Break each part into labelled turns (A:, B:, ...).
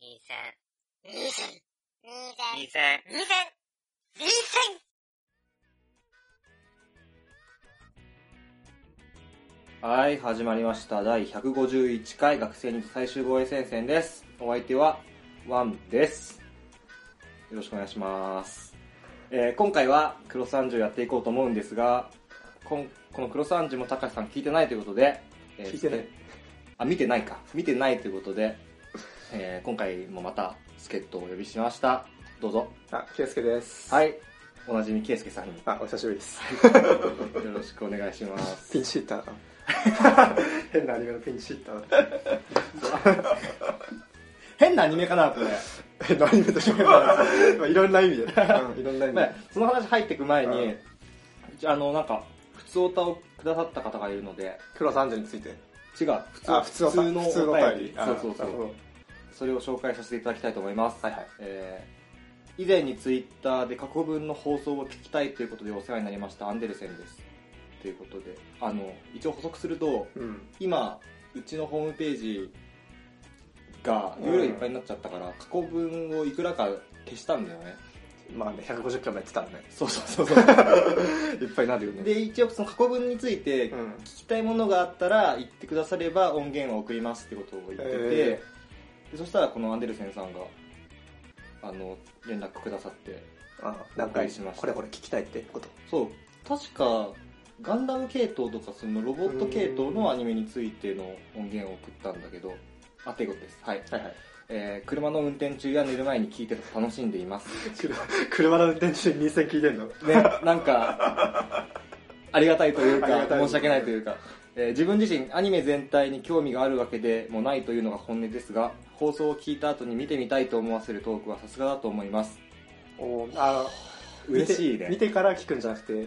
A: 二千。
B: 二千。二千。二
A: 二千。
B: 千。二千。
C: はい、始まりました。第151回学生に最終防衛戦線です。お相手は、ワンです。よろしくお願いします。えー今回は、クロスアンジュやっていこうと思うんですが、こんこのクロスアンジュも高橋さん聞いてないということで、えー
D: 聞いてない
C: つけあ、見てないか。見てないということで、えー今回もまた、助っ人をお呼びしました。どうぞ。
D: あ、ケイスケです。。
C: はいい、おなじみ、ケイスケさんに、
D: あ、お久しぶりです。
C: よろしくお願いします。
D: ピンチヒッター。 変なアニメのピンチヒッター。
C: 変なアニメかな、これ。
D: 変なアニメでしょ。 まあいろんな意味で。うんいろんな意味
C: ね
D: で。、
C: その話入ってく前に
D: う、
C: あの、なんか、普通おたをくださった方がいるので、
D: 黒三十について。
C: 違う、普
D: あ、普通の
C: 普通の
D: 普通の
C: お便
D: 便
C: り
D: り。
C: そうそうそう
D: う。
C: それを紹介させていただきたいと思います。
D: はいはい
C: えー以前にツイッターで過去分の放送を聞きたいということでお世話になりましたアンデルセンです。ということで、あの、一応補足すると、
D: うん。
C: 今、うちのホームページが、いろいろいっぱいになっちゃったから、過去分をいくらか消したんだよね。
D: まあね、150回もやってたんでね。
C: そうそうそうそう。
D: いっぱいなるよね。
C: で、一応その過去分について
D: う、ん。
C: 聞きたいものがあったら言ってくだされば音源を送りますってことを言ってて、
D: え
C: でそしたらこのアンデルセンさんがあの連絡くださって
D: あ、
C: 了
D: 何回
C: 解しました
D: これこれ聞きたいってこと。
C: そう確かガンダム系統とかそのロボット系統のアニメについての音源を送ったんだけどあてことですはい、
D: はいはい。
C: えー車の運転中や寝る前に聞いてと楽しんでいます
D: 車車の運転中に2000聞いてんの
C: ね、なんか、ありがたいというか
D: ありが、たい
C: 申し訳ないというか、えー自分自身、アニメ全体に興味があるわけでもないというのが本音ですが、放送を聞いた後に見てみたいと思わせるトークはさすがだと思います。
D: おーあの
C: 嬉しいね
D: 見て見てから聞くんじゃなくて、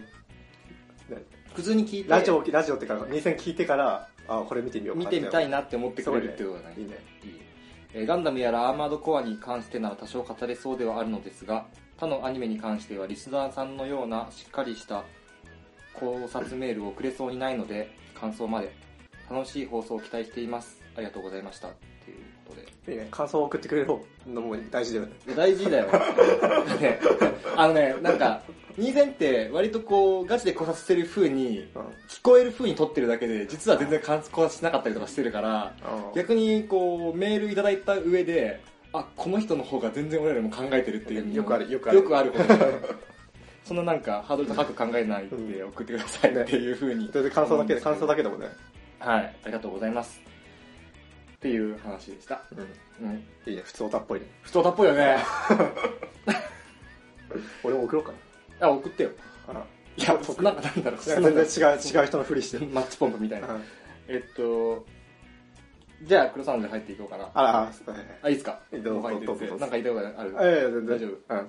C: 普通に聞いて、
D: ラジオ、ラジオっていうか、2000聞いてから、あ、これ見てみようか
C: 見てみたいな
D: な
C: って思ってくれるってことだね
D: いい。ね。
C: いいえーガンダムやらアーマードコアに関してなら多少語れそうではあるのですが、他のアニメに関してはリスナーさんのようなしっかりした考察メールをくれそうにないので、感想まで楽しい放送を期待しています。ありがとうございました。っていうことで。
D: いいね、感想を送ってくれる方のも大事だよね。
C: いや大事だよ。 ねあのね、なんか、2000って割とこう、ガチで考察してる風に、
D: うん。
C: 聞こえる風に撮ってるだけで、実は全然観考察しなかったりとかしてるから、逆にこうメールいただいた上であこの人の方が全然俺らも考えてるっていう
D: よくあるよくある
C: よくある ことでそんななんかハードル高く考えないで送ってください
D: うん
C: っていうふうに
D: それで感想だけで、感想だ
C: け
D: けでもね。
C: はいありがとうございますっていう話でした
D: うん。
C: うん
D: いいね、普通オタっぽいね。
C: 不当たっぽいよね
D: 俺も送ろうか
C: あ送ってよ
D: な。
C: いやそなんかなんだろう
D: 全然違う、違う人のふりしてる。
C: マッチポンプみたいな
D: あ
C: えっとじゃあ黒サンジ入っていこうかな
D: あ、そう
C: あいいっすか
D: どうぞ
C: ご飯入れて
D: どうぞどうぞ
C: なんか言いたいことある
D: ええ、全然。
C: 大丈夫
D: うん。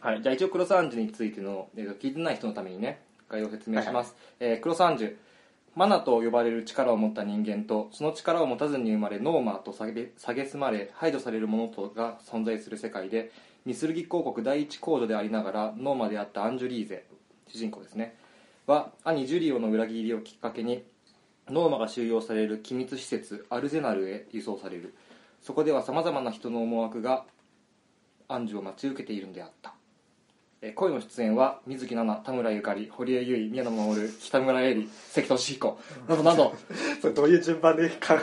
C: はい、じゃあ一応クロスアンジュについての、えーと聞いてない人のためにね概要を説明します、えークロスアンジュマナと呼ばれる力を持った人間とその力を持たずに生まれノーマーと下げすまれ排除されるものとが存在する世界でミスルギ公国第一公女でありながらノーマであったアンジュリーゼ主人公ですねは兄ジュリオの裏切りをきっかけにノーマが収容される機密施設アルゼナルへ輸送されるそこではさまざまな人の思惑がアンジュを待ち受けているのであったえー恋の出演は水木奈々田村ゆかり堀江由衣宮野真守北村絵里関俊彦などなど
D: それどういう順番でか、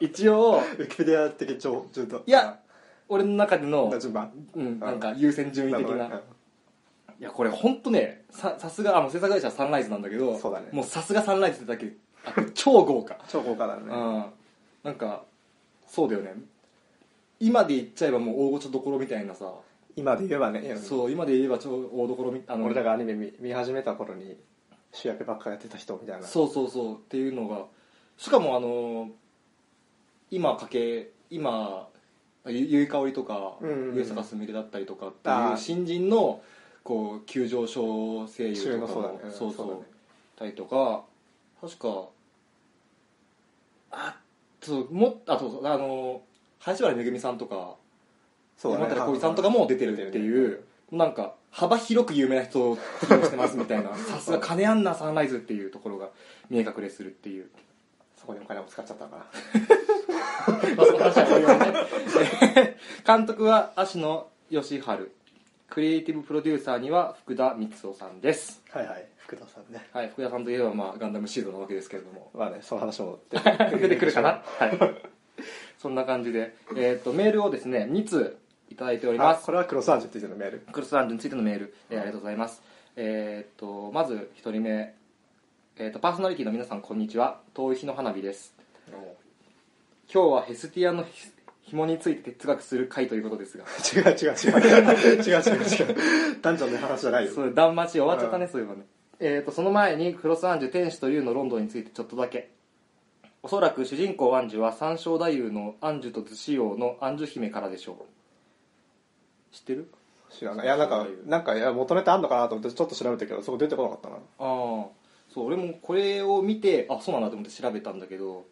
C: 一応
D: ウィキペディア的上、順と。
C: いや、俺の中での、
D: 順番。
C: うん、なんか優先順位的な、いやこれ本当ねささすがあもう制作会社はサンライズなんだけど
D: そうだね
C: もうさすがサンライズってだけあと超豪華
D: 超豪華だ
C: う
D: ね。
C: んなんかそうだよね今で言っちゃえばもう大御所どころみたいなさ、
D: 今で言えばね、
C: そう今で言えば超大どころみあの
D: 俺らがアニメ見始めた頃に主役ばっかやってた人みたいな。
C: そうそうそうっていうのがしかもあのー今かけ今ゆゆいかおりとか、
D: うんうんうん
C: 上坂すみれだったりとかって
D: あ
C: いう
D: ー
C: 新人のこう急上昇声優
D: 主演
C: と
D: が
C: か
D: そうだ
C: も
D: ね。
C: そうそう
D: だね
C: たりとか確かあそうもっあとあのー林原めぐみさんとか
D: そうだね
C: 山寺宏一さんとかも出てるっていうなんか幅広く有名な人を起用してますみたい なさすが金アンナ サンライズっていうところが見え隠れするっていう
D: そこにお金も使っちゃったから
C: まあその話はおいおいねえー監督は芦野義晴クリエイティブプロデューサーには福田光雄さんです
D: はいはい福田さんね
C: はい、福田さんといえば、まあ、ガンダムシードなわけですけれども
D: まあねその話も出
C: 出てくるかなはい そんな感じで、えー、とメールをですね2通いただいておりま
D: あ
C: す
D: これはクロサージュっていうのメール
C: クロスランドについてのメール、えーありがとうございます、えー、とまず1人目、えー、とパーソナリティの皆さんこんにちは遠い日の花火です今日はヘスティアのひ紐について哲学する回ということですが
D: 違う違う違う違う違う違う男女の話じゃないよ
C: そう断末終わっちゃったね、
D: う
C: そういえばねえー、とその前にクロスアンジュ天使と竜のロンドンについてちょっとだけおそらく主人公アンジュは三章太夫のアンジュと逗子王のアンジュ姫からでしょう知ってる
D: 知らないいやなんかなんかいや元ネタあんのかなと思ってちょっと調べたけどそこ出てこなかったな
C: ああそう俺もこれを見てあそうなんだと思って調べたんだけど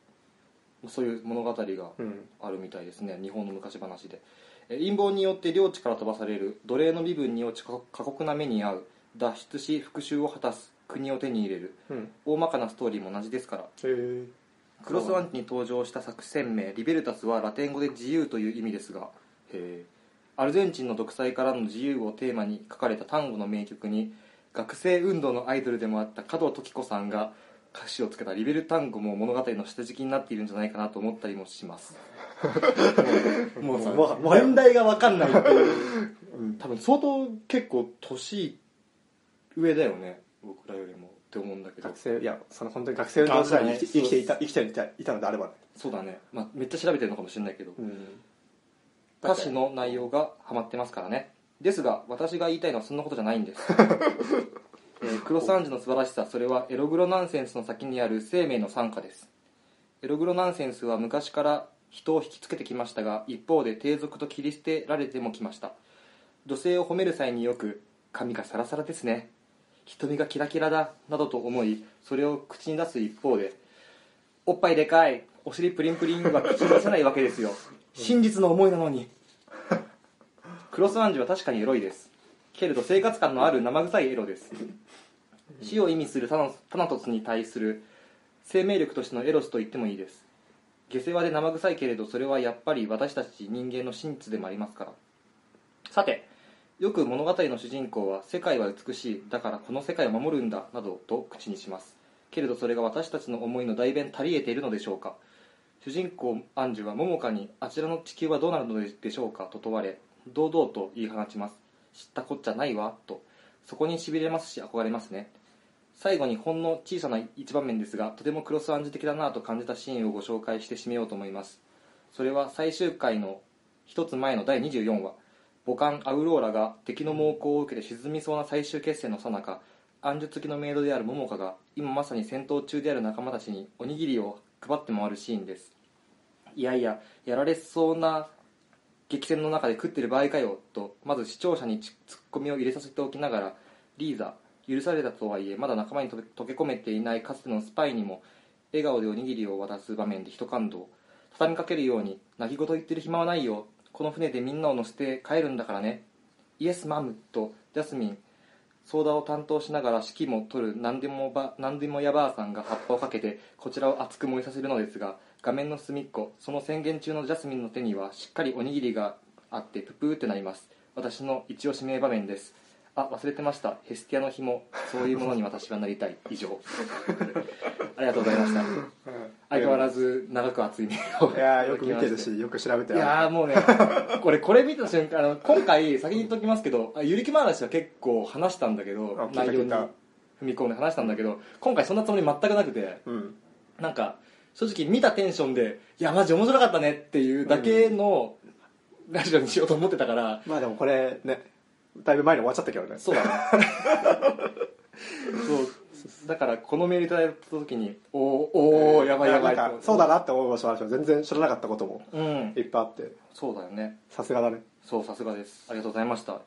C: そういう物語が
D: うん
C: あるみたいですね、日本の昔話でえー陰謀によって領地から飛ばされる奴隷の身分に落ち過酷な目に遭う脱出し復讐を果たす国を手に入れる
D: うん
C: 大まかなストーリーも同じですから
D: へえ
C: クロスワンチに登場した作戦名リベルタスはラテン語で自由という意味ですがへーアルゼンチンの独裁からの自由をテーマに書かれた単語の名曲に学生運動のアイドルでもあった加藤時子さんが歌詞をつけたリベル単語も物語の下敷きになっているんじゃないかなと思ったりもしますもうさ
D: もうもう
C: 年代が分かんないっていう多分相当結構年上だよね僕らよりもって思うんだけど
D: 学生いやその本当に学生運動時代に生き生きていた生きていたいたのであればね
C: そうだね、まあ、めっちゃ調べてるのかもしれないけど
D: うん
C: 歌詞の内容がハマってますからねですが私が言いたいのはそんなことじゃないんですえークロスアンジュの素晴らしさそれはエログロナンセンスの先にある生命の参加ですエログロナンセンスは昔から人を引きつけてきましたが一方で低俗と切り捨てられてもきました女性を褒める際によく「髪がサラサラですね」「瞳がキラキラだ」などと思いそれを口に出す一方で「おっぱいでかいお尻プリンプリン」は口に出せないわけですよ真実の思いなのにクロスアンジュは確かにエロいですけれど生活感のある生臭いエロです死を意味するタナタナトスに対する生命力としてのエロスと言ってもいいです下世話で生臭いけれどそれはやっぱり私たち人間の真実でもありますからさてよく物語の主人公は「世界は美しいだからこの世界を守るんだ」などと口にしますけれどそれが私たちの思いの代弁足り得ているのでしょうか主人公アンジュは桃花に「あちらの地球はどうなるのでしょうか?」と問われ堂々と言い放ちます「知ったこっちゃないわ」とそこにしびれますし憧れますね最後にほんの小さな一場面ですがとてもクロスアンジュ的だなと感じたシーンをご紹介して締めようと思いますそれは最終回の一つ前の第24話母艦アウローラが敵の猛攻を受けて沈みそうな最終決戦の最中暗術付きのメイドである桃花が今まさに戦闘中である仲間たちにおにぎりを配って回るシーンですいやいややられそうな激戦の中で食ってる場合かよとまず視聴者にツッコミを入れさせておきながらリーザ許されたとはいえまだ仲間にとけ溶け込めていないかつてのスパイにも笑顔でおにぎりを渡す場面で一感動畳みかけるように泣き言言ってる暇はないよこの船でみんなを乗せて帰るんだからねイエスマムとジャスミン相談を担当しながら指揮も取る何でもば何でもやばあさんが葉っぱをかけてこちらを熱く燃えさせるのですが画面の隅っこその宣言中のジャスミンの手にはしっかりおにぎりがあってププーってなります私の一押し名場面ですあ忘れてましたヘスティアの紐そういうものに私はなりたい以 上ありがとうございました相変わらず長く熱いメールを
D: いやーよく見てる
C: いただきまて
D: しよく調べて
C: いやーもう ね俺これ見た瞬間あの今回先に言っときますけどあゆりきま話は結構話したんだけ
D: あ
C: ど
D: 聞いた
C: 内容
D: 聞い
C: に
D: た
C: 踏み込んで話したんだけど今回そんなつもり全くなくて
D: うん
C: なんか正直見たテンションでいやマジ面白かったねっていうだけのラジオにしようと思ってたから、
D: まあでもこれねだいぶ前に終わっちゃったけどね
C: そう だねそうだからこのメールいただいた時におーおーやばいやばい
D: なんかそうだなって思う場所あるし全然知らなかったことも
C: うん
D: いっぱいあって
C: そうだよね
D: さすがだね
C: そうさすがですありがとうございました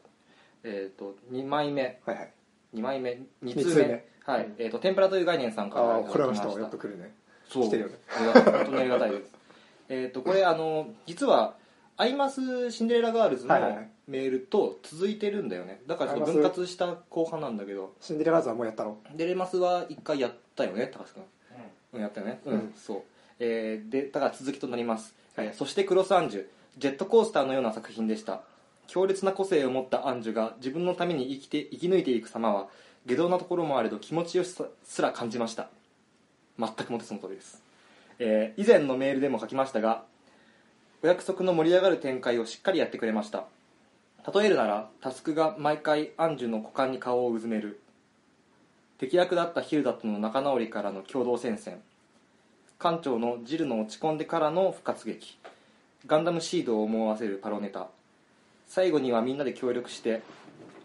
C: えっ、と2枚目
D: はいはい
C: 2枚目2
D: 二
C: 通目
D: 通目
C: はい、
D: うん
C: えー、と天ぷらという概念さんから
D: ああ
C: いただ
D: こ
C: き
D: れ
C: ま
D: の
C: した
D: 人もよく来るね
C: そう
D: 来てるよね
C: ありがたい本当にありがたいですえっ とこれあの実は「アイマスシンデレラガールズ」の
D: はいはいはい
C: メールと続いてるんだよねだからちょっと
D: アイマ
C: 分
D: ス
C: 割した後半なんだけど
D: シンデレラーズはもうやったの
C: デレマスは1回やったよね高橋君、うん、やったよねうん、
D: うん
C: そうえー、でだから続きとなります、
D: はい
C: えーそしてクロスアンジュジェットコースターのような作品でした強烈な個性を持ったアンジュが自分のために生きて生き抜いていく様は下道なところもあれど気持ちよしさすら感じました全くもってその通りです、えー以前のメールでも書きましたがお約束の盛り上がる展開をしっかりやってくれました例えるならタスクが毎回アンジュの股間に顔をうずめる敵役だったヒルダとの仲直りからの共同戦線艦長のジルの落ち込んでからの復活劇ガンダムシードを思わせるパロネタ最後にはみんなで協力して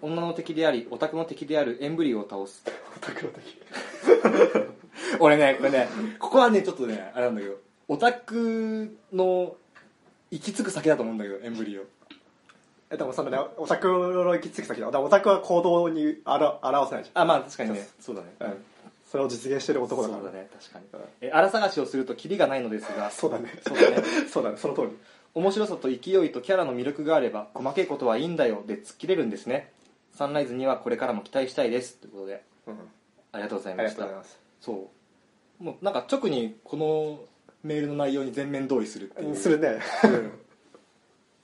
C: 女の敵でありオタクの敵であるエンブリーを倒す
D: オタクの敵
C: 俺ねこれねここはねちょっとねあれなんだけどオタクの行き着く先だと思うんだけどエンブリーを
D: えでもそのねオタクの行き着く先だだからオタクは行動にあら表せないじ
C: あまあ確かにねそうだね
D: ゃん、うん、それを実現してる男だか
C: そう
D: ら
C: だね確かに、え荒探しをするとキリがないのです が
D: そうだね
C: そうだね
D: そうだねその通り
C: 面白さと勢いとキャラの魅力があれば細けいことはいいんだよで突っ切れるんですねサンライズにはこれからも期待したいですということで
D: うん
C: ありがとうござい
D: あり
C: ま
D: が
C: し
D: とう
C: た
D: ございます
C: そうもうなんか直にこのメールの内容に全面同意するっていううん
D: するね
C: うん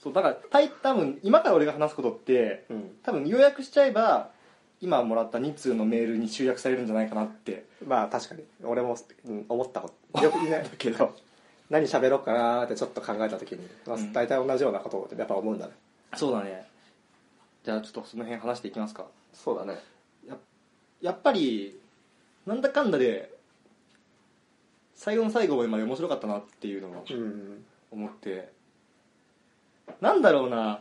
C: そうだからたい多分今から俺が話すことって
D: うん
C: 多分要約しちゃえば今もらった2通のメールに集約されるんじゃないかなって
D: まあ確かに俺も、うん、思った ことよくね
C: だけど
D: 何喋ろうかなーってちょっと考えた時に、まあ
C: うん、
D: 大体同じようなことをやっぱ思うんだね
C: そうだねじゃあちょっとその辺話していきますか
D: そうだね
C: ややっぱりなんだかんだで最後の最後まで面白かったなっていうのは
D: うん
C: 思ってなんだろうな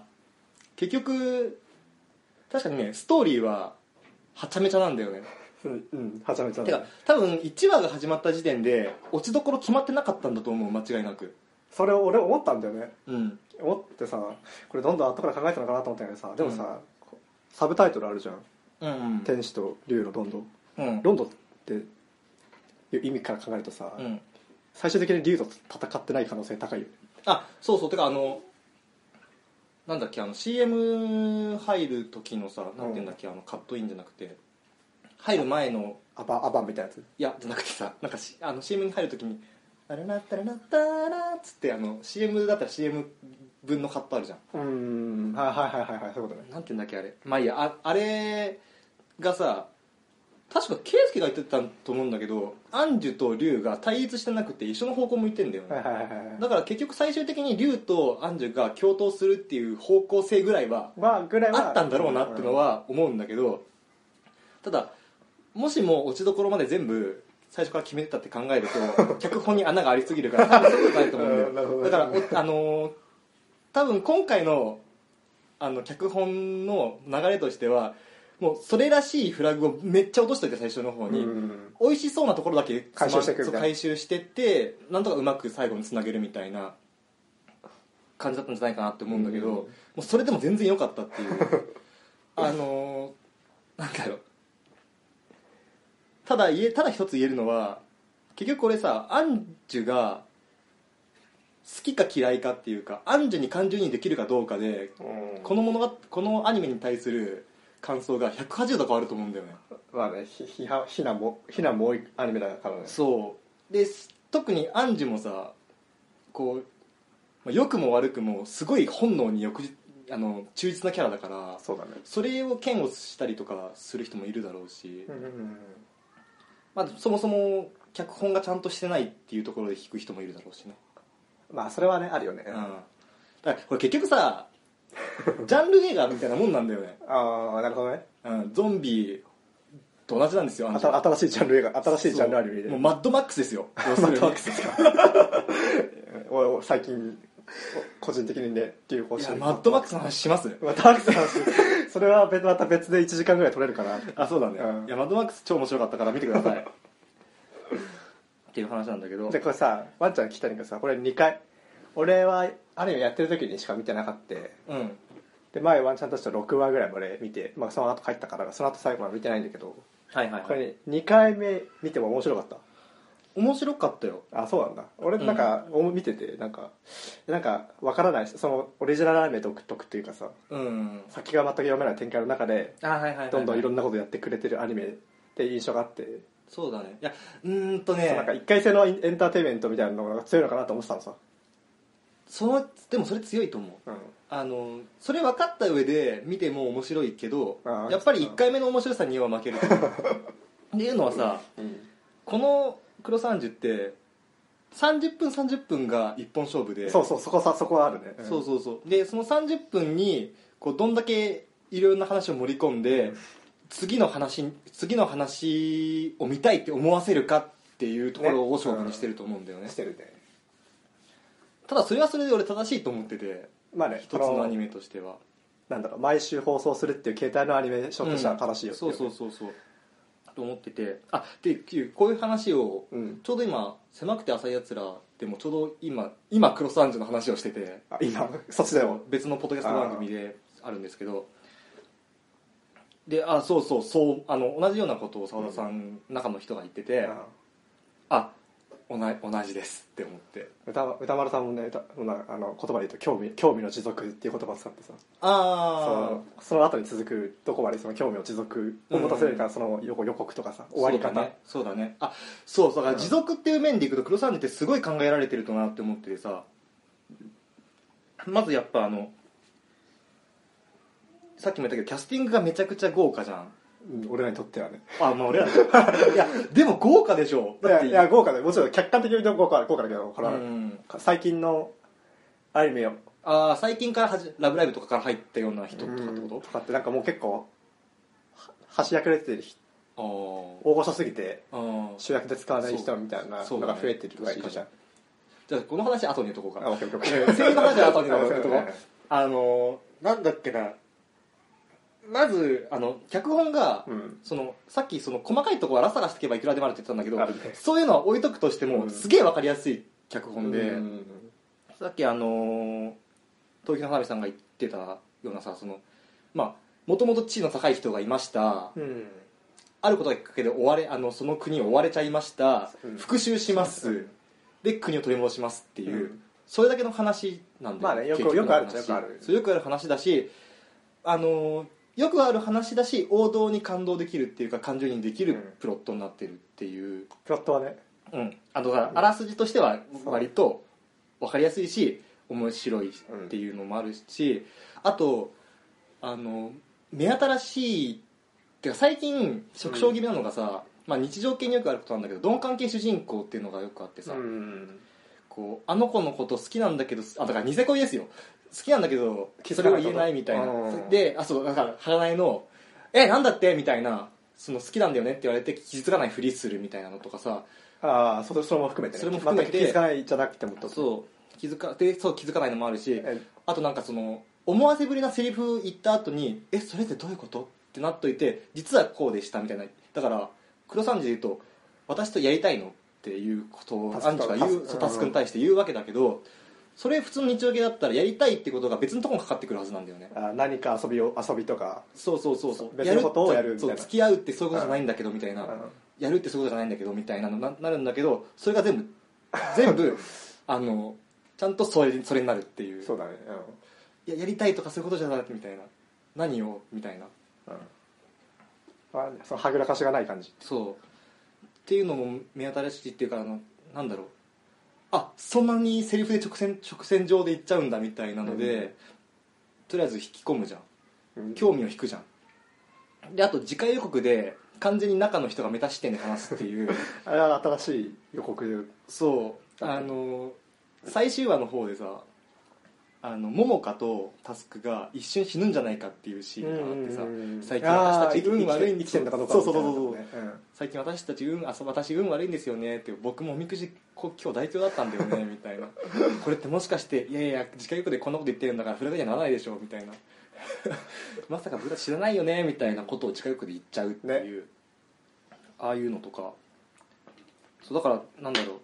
C: 結局確かにねストーリーははちゃめちゃなんだよね
D: うん、うん、はちゃめちゃ
C: て
D: だ
C: か
D: ね
C: 多分1話が始まった時点で落ちどころ決まってなかったんだと思う間違いなく
D: それを俺思ったんだよね
C: うん
D: 思ってさこれどんどん後から考えたのかなと思ったけどさでもさ、こうサブタイトルあるじゃん
C: うん
D: 天使と竜のロンドン
C: うん
D: ロンドンっていう意味から考えるとさ、
C: うん
D: 最終的に竜と戦ってない可能性高いよね
C: あそうそうてかあのなんだっけあの CM 入る時のさなんていうんだっけ、あのカットインじゃなくて入る前の
D: アバアバンみたいなやつ
C: いやじゃなくてさなんかしあの CM に入る時に「あらなったらなったら」っつってあの CM だったら CM 分のカットあるじゃん
D: うんはいはいはいはいはいそういうことね
C: なんていうんだっけあれまあいいやああれがさ確か圭介が言ってたと思うんだけどアンジュと龍が対立してなくて一緒の方向向いてんだよね、
D: はいはいはいはい
C: だから結局最終的に龍とアンジュが共闘するっていう方向性ぐらいは
D: まあぐらいは
C: あったんだろうなってのは思うんだけどただもしも落ちどころまで全部最初から決めてたって考える と脚本に穴がありすぎるから多分そういうことないと思うんだよ
D: うん
C: だ
D: な
C: から
D: るほど
C: おあのー多分今回のあの脚本の流れとしてはもうそれらしいフラグをめっちゃ落としといて最初の方
D: うん
C: に、
D: うん
C: 美味しそうなところだけ
D: 回収してくみたいな
C: そう回収してってなんとかうまく最後につなげるみたいな感じだったんじゃないかなって思うんだけど、
D: うん
C: もうそれでも全然良かったっていう あのーなんだろうただ言えただ一つ言えるのは結局これさアンジュが好きか嫌いかっていうかアンジュに感情にできるかどうかで
D: うん
C: この物語このアニメに対する感想が180度変わると思うんだよね
D: まあねひひはひなもひなも多いアニメだからね
C: そうです特にアンジュもさこう、まあ、良くも悪くもすごい本能に翌日あの忠実なキャラだから
D: そうだね
C: それを嫌悪したりとかする人もいるだろうし、
D: うんうんうん
C: まあ、そもそも脚本がちゃんとしてないっていうところで弾く人もいるだろうしね、
D: まあそれはねあるよね、
C: うん、だ
D: あ
C: からこれ結局さジャンル映画みたいなもんなんだよね、
D: あなるほどね
C: うん、ゾンビと同じなんですよアン
D: あ
C: ジュ
D: た新しいジャンル映画新しいジャンルアニメ
C: そ
D: で
C: うもうマッドマックスですよマッドマックスですよ
D: 俺俺最近お個人的にね流行
C: い
D: して
C: や
D: る
C: マッドマックスの話します
D: マッドマックスの話 それは別また別で1時間ぐらい取れるかな
C: あそうだね、
D: うん
C: いやマッドマックス超面白かったから見てくださいっていう話なんだけど
D: でこれさワンちゃん来たんがさこれ2回俺はアニメやってる時にしか見てなかった
C: うん
D: で前ワンちゃんたちと6話ぐらいまで見て、まあ、その後帰ったからその後最後まで見てないんだけど
C: はいはい、
D: こ
C: はい、
D: れ2回目見ても面白かった
C: 面白かったよ
D: あそうなんだ俺なんか、お見ててなんかなんかわからないそのオリジナルアニメ独特っていうかさ
C: うん
D: 先が全く読めない展開の中で
C: あはいはいはい、
D: どんどんいろ
C: ん
D: んなことやってくれてるアニメって印象があって
C: そうだねいやうーんと
D: そうなんか
C: ね
D: 一回戦のエンターテインメントみたいなのが強いのかなと思ってたのさ、
C: そのでもそれ強いと思う
D: うん、
C: あのそれ分かった上で見ても面白いけど
D: あー
C: やっぱり1回目の面白さには負けると 思うっていうのはさこの「黒三十」って30分30分が一本勝負で
D: そうそうそこさそこはあるね、ん
C: そうそうそうでその30分にこうどんだけいろんな話を盛り込んで、次の話次の話を見たいって思わせるかっていうところを
D: ね
C: 勝負にしてると思うんだよね
D: してるね
C: ただそれはそれで俺正しいと思ってて
D: まあね
C: 一つのアニ
D: メ
C: メとしては
D: なんだろう毎週放送するっていう携帯のアニメーションとしては正しいよ、
C: そうそうそうそうと思っててあでこういう話を
D: う、うん、
C: ちょうど今「狭くて浅いやつら」でもちょうど今今クロスアンジュの話をしてて
D: あ今そっちでも
C: 別のポッドキャスト番組であるんですけどであそうそうそうあの同じようなことを澤田さん、中の人が言ってて、あ同じ同じですって思って
D: 歌歌丸さんもね歌なあの言葉で言うと興味「興味の持続」っていう言葉を使ってさそ
C: あ
D: のその後に続くどこまでその興味を持続を持たせるか、
C: う
D: その予告予告とかさ終わり
C: そうだ
D: 方
C: ねそうだねあそうそうだから
D: うん
C: 持続っていう面でいくと黒沢ってすごい考えられてるとなって思っててさまずやっぱあのさっきも言ったけどキャスティングがめちゃくちゃ豪華じゃん
D: うん俺らにとってはね
C: あまあ俺ら いやでも豪華でしょ
D: い
C: だっ
D: や
C: て
D: いや豪華だよもちろん客観的に言うと豪華豪華だけどほ
C: う
D: ら、
C: ん
D: 最近のアニメを
C: ああ最近からはじ「ラブライブ!」とかから入ったような人とかってこ
D: とかってなんかもう結構は端役で出てる人
C: と、
D: 大御所すぎて
C: あーあー
D: 主役で使わない人みたいな
C: そう
D: の
C: だね
D: が増えてるとかいるじゃん
C: じゃあこの話後に言うとこうか
D: あオッケーオッケーオッケ ー
C: 声優の話は後に言
D: あ
C: う
D: そう
C: と
D: だ
C: こ
D: ね
C: あのーなんだっけなまずあの脚本が、
D: うん
C: そのさっきその細かいところはラサラしていけばいくらでもあるって言ってたんだけど、
D: あるね
C: そういうのは置いとくとしても、
D: うん
C: すげえわかりやすい脚本で、
D: うん
C: さっきあのー東京の花火さんが言ってたようなさそのまあもともと地位の高い人がいました、
D: うん
C: あることがきっかけで追われあのその国を追われちゃいました、
D: うん
C: 復讐します、で国を取り戻しますっていう、
D: うん
C: それだけの話なんで、
D: まあねよく
C: 結局の話
D: よくあるっちゃよくある
C: そうよくある話だしあのーよくある話だし王道に感動できるっていうか感情にでき
D: うん
C: るプロットになってるっていう、
D: プロットはね
C: うん、あのだからあらすじとしては割と分かりやすいし面白いっていうのもあるし、あとあの目新しいってか最近食傷気味なのがさ、まあ、日常系によくあることなんだけど鈍感系主人公っていうのがよくあってさ、
D: ん
C: こうあの子のこと好きなんだけどあだからニセ恋ですよ好きなんだけど
D: 気づ
C: そ
D: か
C: れを
D: なかったと
C: 言えないみたいな、
D: うん
C: であそうだから花苗の「えなんだって?」みたいなその好きなんだよねって言われて気づかないふりするみたいなのとかさ
D: ああそれそれも含めてね
C: それも含めて
D: 全く気づかないじゃなくてもってこと
C: そう気づかでそう気づかないのもあるし
D: え
C: あとなんかその思わせぶりなセリフ言った後に「えそれってどういうこと?」ってなっといて実はこうでしたみたいなだから黒三治で言うと「私とやりたいの?」っていうことを
D: タスク
C: アンジュが言う
D: タスク
C: そうタスクに対して言うわけだけどそれ普通の日常系だったらやりたいってことが別のところにかかってくるはずなんだよね
D: あ何か遊びを遊びとか
C: そうそうそうそう
D: 別のことをやるみたいな
C: そう付き合うってそういうことじゃないんだけどみたいな、
D: うん
C: やるってそういうことじゃないんだけどみたいなのななるんだけどそれが全部全 部あのちゃんとそれそれになるっていう
D: そうだね
C: いややりたいとかそういうことじゃなくてみたいな何をみたいな
D: うん、うんまあね、そのはぐらかしがない感じ
C: そうっていうのも目新しいっていうかあのなんだろうあそんなにセリフで直線直線上で言っちゃうんだみたいなので、
D: うん
C: とりあえず引き込むじゃん興味を引くじゃんであと次回予告で完全に中の人がメタ視点で話すっていう
D: あれは新しい予告で
C: そうあの最終話の方でさあの桃香とタスクが一瞬死ぬんじゃないかっていうシーンがあってさ、最近私たち運悪いん
D: 生
C: で
D: き
C: す
D: て
C: よ
D: んだかどうか
C: そうそうそうそう
D: みたいなことねん
C: 最近私たち運あそう私運悪いんですよねって僕もおみくじこ今日大凶だったんだよ ねみたいなこれってもしかしていやいや自家用でこんなこと言ってるんだからフラグにはならないでしょみたいな まさか僕ら知らないよねみたいなことを自家用で言っちゃうっていう、ああいうのとかそうだからなんだろう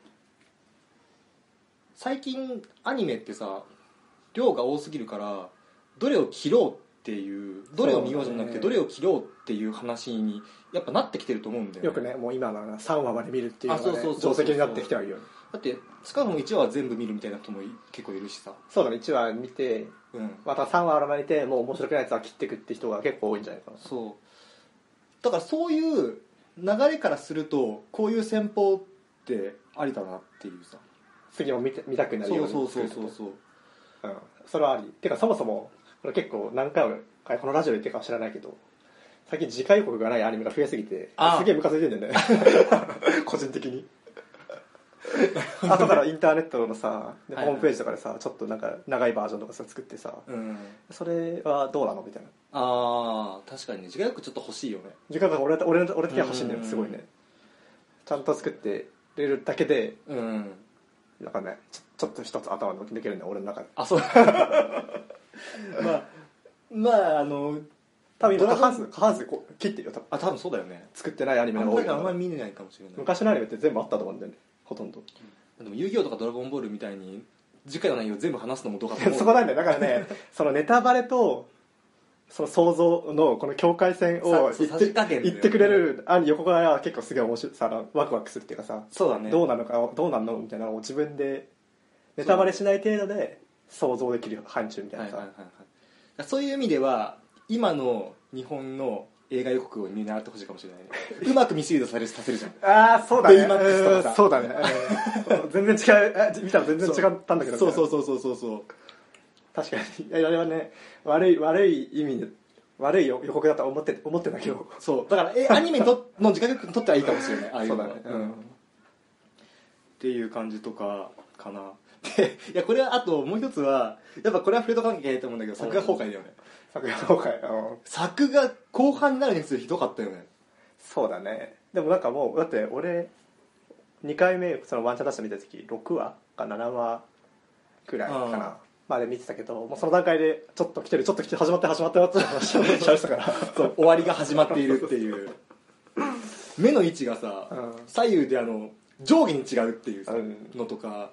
C: 最近アニメってさ量が多すぎるからどれを切ろうっていうどれを見ようじゃなくて
D: そ
C: ど
D: うだ
C: れ
D: ね
C: を切ろうっていう話にやっぱなってきてると思うんだよね
D: よくねもう今の3話まで見るっていうのが
C: あそうそう
D: ね
C: そう
D: 定
C: そう
D: 石になってきてはいるよね
C: だってしかも1話は全部見るみたいな人もい結構いるしさ
D: そうだね1話見て
C: うん
D: また3話まで見てもう面白くないやつは切ってくって人が結構多いんじゃないかな
C: そうだからそういう流れからするとこういう戦法ってありだなっていうさ
D: 次も見て見たくなるよ
C: そうう
D: に
C: そうそう
D: 作る
C: そ
D: と
C: うそう
D: うん、それはありてかそもそもこれ結構何回もあこのラジオで言ってるかは知らないけど最近次回予告がないアニメが増えすぎて
C: ああ
D: すげえムカついてん だよね個人的に 後からインターネットのさで
C: はいはい
D: ホームページとかでさちょっとなんか長いバージョンとかさ作ってさ
C: うん
D: それはどうなのみたいな
C: ああ確かにね時間よくちょっと欲しいよね
D: 時間が俺の俺の俺的には欲しいんだよ
C: うん
D: すごいねちゃんと作ってれるだけで
C: うん
D: なんかねちょちょっと一つ頭抜けるんだよ俺の中で
C: あそうまあまああの
D: 多分
C: ド
D: 今
C: ラ
D: 過
C: ゴン
D: 半数過半数こう切ってるよ多分
C: あ多分そうだよね
D: 作ってないアニメ
C: あん
D: の方
C: ま
D: が多い
C: り
D: から
C: あんまり見れないかもしれない
D: 昔のアニメって全部あったと思うんだよねほとんど
C: でも遊戯王とかドラゴンボールみたいに次回の内容全部話すのもどうか と思う
D: そこなんだよだからねそのネタバレとその想像のこの境界線を
C: さそう
D: 言っ
C: さじ加減だ
D: て
C: よね
D: 言ってくれるあ横からは結構すげえ面白いさあのワクワクするっていうかさ、
C: そうだね
D: どうなのかどうなんのみたいなのを自分でネタバレしない程度で想像できる範疇みたい
C: は
D: ないさ、
C: はいはいはいだからそういう意味では今の日本の映画予告を見習ってほしいかもし れないねうまくミスリードされさせるじゃん
D: ああそうだ
C: ベイ
D: ね
C: マックスとかさ
D: うんそうだねうん全然違うあ見たら全然違ったんだけど
C: そうそううそうそうそうそう
D: 確かにいやあれはね悪い悪い意味で悪い予告だとは思って思ってたけど
C: そうだからえアニメにとの時間にとってはいいかもしれないああいう
D: そう
C: の
D: だ
C: は
D: ね、
C: うんっていう感じとかかな でいやこれはあともう一つはやっぱこれはフレード関係と思うんだけど作画崩壊だよね
D: 作画崩壊うん
C: 作画後半になるにつれひどかったよね
D: そうだねでもなんかもうだって俺2回目そのワンチャン出して見た時6話か7話くらいか
C: うん
D: なまで見てたけどもうその段階でちょっと来てるちょっと来て始まって始まったよって話をしゃべってたから
C: そう終わりが始まっているっていう 目の位置がさ、
D: うん
C: 左右であの上下に違うっていうさ
D: うん
C: のとか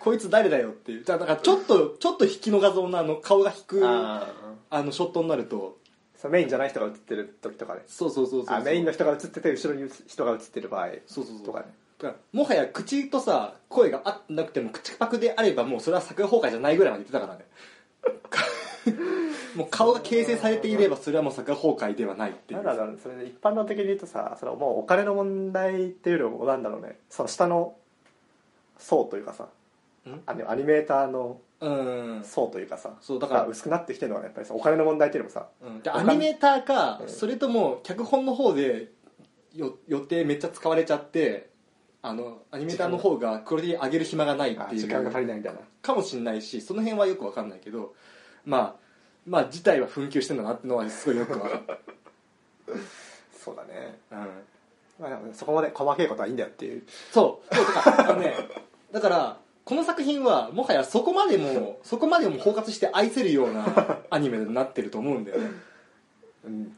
C: こいつ誰だよっていうじゃあなんかちょっとちょっと引きの画像のあの顔が引くあのショットになると
D: そうメインじゃない人が映ってる時とかね
C: そうそうそうそう
D: あメインの人が映ってて後ろに人が映ってる場合
C: そうそうそう
D: とかね
C: だからもはや口とさ声が合ってなくても口パクであればもうそれは作画崩壊じゃないぐらいまで言ってたからね もう顔が形成されていればそれはもう作画崩壊ではないってい
D: なん
C: う
D: だろうねそれで一般論的に言うとさそれはもうお金の問題っていうよりもなんだろうねその下の層というかさ
C: ん
D: あのアニメーターの
C: うん
D: 層というかさ
C: そうだから
D: が薄くなってきてるのはねやっぱりさお金の問題っていうのもさ
C: でアニメーターかそれとも脚本の方でよ予定めっちゃ使われちゃってあのアニメーターの方がクオリティ上げる暇がないっ
D: あ
C: てい
D: 時間が足り
C: う
D: ないみたいな
C: かもしれないしその辺はよくわかんないけどまあまあ事態は紛糾してんだなってのはすごいよくわか る、
D: そうだね、
C: うん
D: まあ、でもねそこまで細けいことはいいんだよっていう
C: そうそうだからあのねだからこの作品はもはやそこまでもそこまでも包括して愛せるようなアニメになってると思うんだよね
D: うん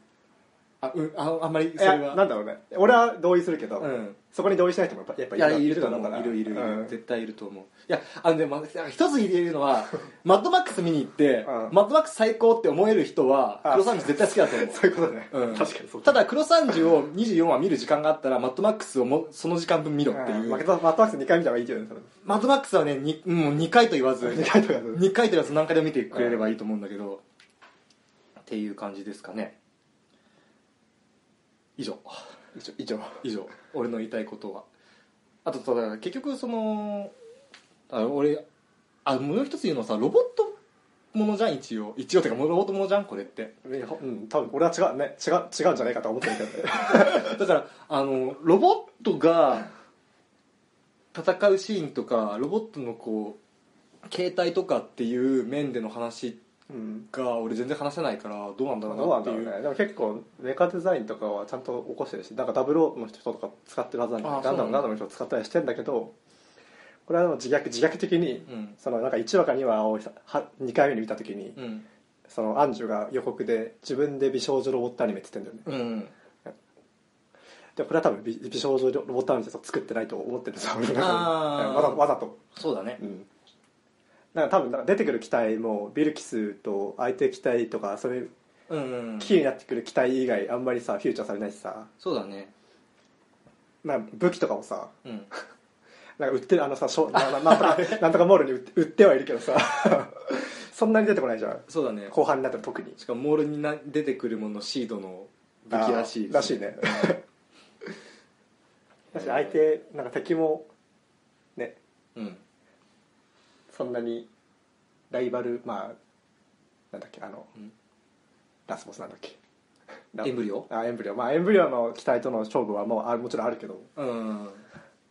C: あ,、うん、ああんまり
D: い
C: それ
D: や
C: は
D: なんだろうね俺は同意するけど、
C: うん
D: そこに同意しない人もやっぱやっぱ
C: いやい
D: い
C: る
D: る
C: と
D: だろう
C: 思
D: か
C: う
D: ら
C: いるいるいる、
D: うん
C: 絶対いると思ういやあのでも一つ言えるの はマッドマックス見に行って、
D: うん
C: マッドマックス最高って思える人は
D: あ
C: クロサンジュ絶対好きだと思う
D: そういうことね、
C: うん
D: 確かにそう
C: ただクロサンジュを24話見る時間があったらマッドマックスをもその時間分見ろっていう、
D: マットマットワックス2回見た方がいいけどねそれ
C: マッドマックスはねにもう2回と言わ ず
D: 2回とかだと
C: 2回と言わず何回でも見てくれればいいと思うんだけど、っていう感じですかね以上
D: 以上
C: 以上俺の言いたいことはあとただ結局そのあ俺あもう一つ言うのはさロボットものじゃん一応一応てかもうロボットものじゃんこれって
D: うん多分俺は違うね違う違うんじゃないかとは思ってるけどね
C: だからあのロボットが戦うシーンとかロボットのこう携帯とかっていう面での話
D: うん
C: が俺全然話せないからどうなんだ
D: ど
C: ろ
D: う
C: うなっ
D: なん
C: て
D: だろ
C: いうう
D: ねでも結構メカデザインとかはちゃんと起こしてるしなんかダブルの人とか使ってるはずなんだ
C: あ
D: よ
C: ー
D: ガンダ
C: そう
D: ム
C: な
D: ガ
C: ん
D: ン
C: だ
D: ダムの人使ったりしてんだけどこれはでも自虐自虐的に、
C: うん
D: そのなんか1話か2話を2回目に見た時に、
C: うん
D: そのアンジュが予告で自分で美少女ロボットアニメって言ってんだよね
C: うん
D: でもこれは多分美美少女ロボットアニメって作ってないと思ってるさ俺の中で
C: あー
D: わざわざと
C: そうだね
D: うんなんか多分なんか出てくる機体もビルキスと相手機体とかそういう
C: うんうん
D: キーになってくる機体以外あんまりさフューチャーされないしさ、
C: そうだね
D: まあ、武器とかもさ
C: うん
D: なんか売ってるあのさしょなななんとか なんとかモールに売って売ってはいるけどさ そんなに出てこないじゃん
C: そうだね
D: 後半になっても特に
C: しかもモールにな出てくるものシードの武器らしい
D: あーらしいね だし相手なんか敵もね
C: うん
D: そんなにライバルまあなんだっけあの、
C: うん
D: ラスボスなんだっけ
C: エンブリオ
D: あエンブリオまあエンブリオの機体との勝負はもうあもちろんあるけど
C: うん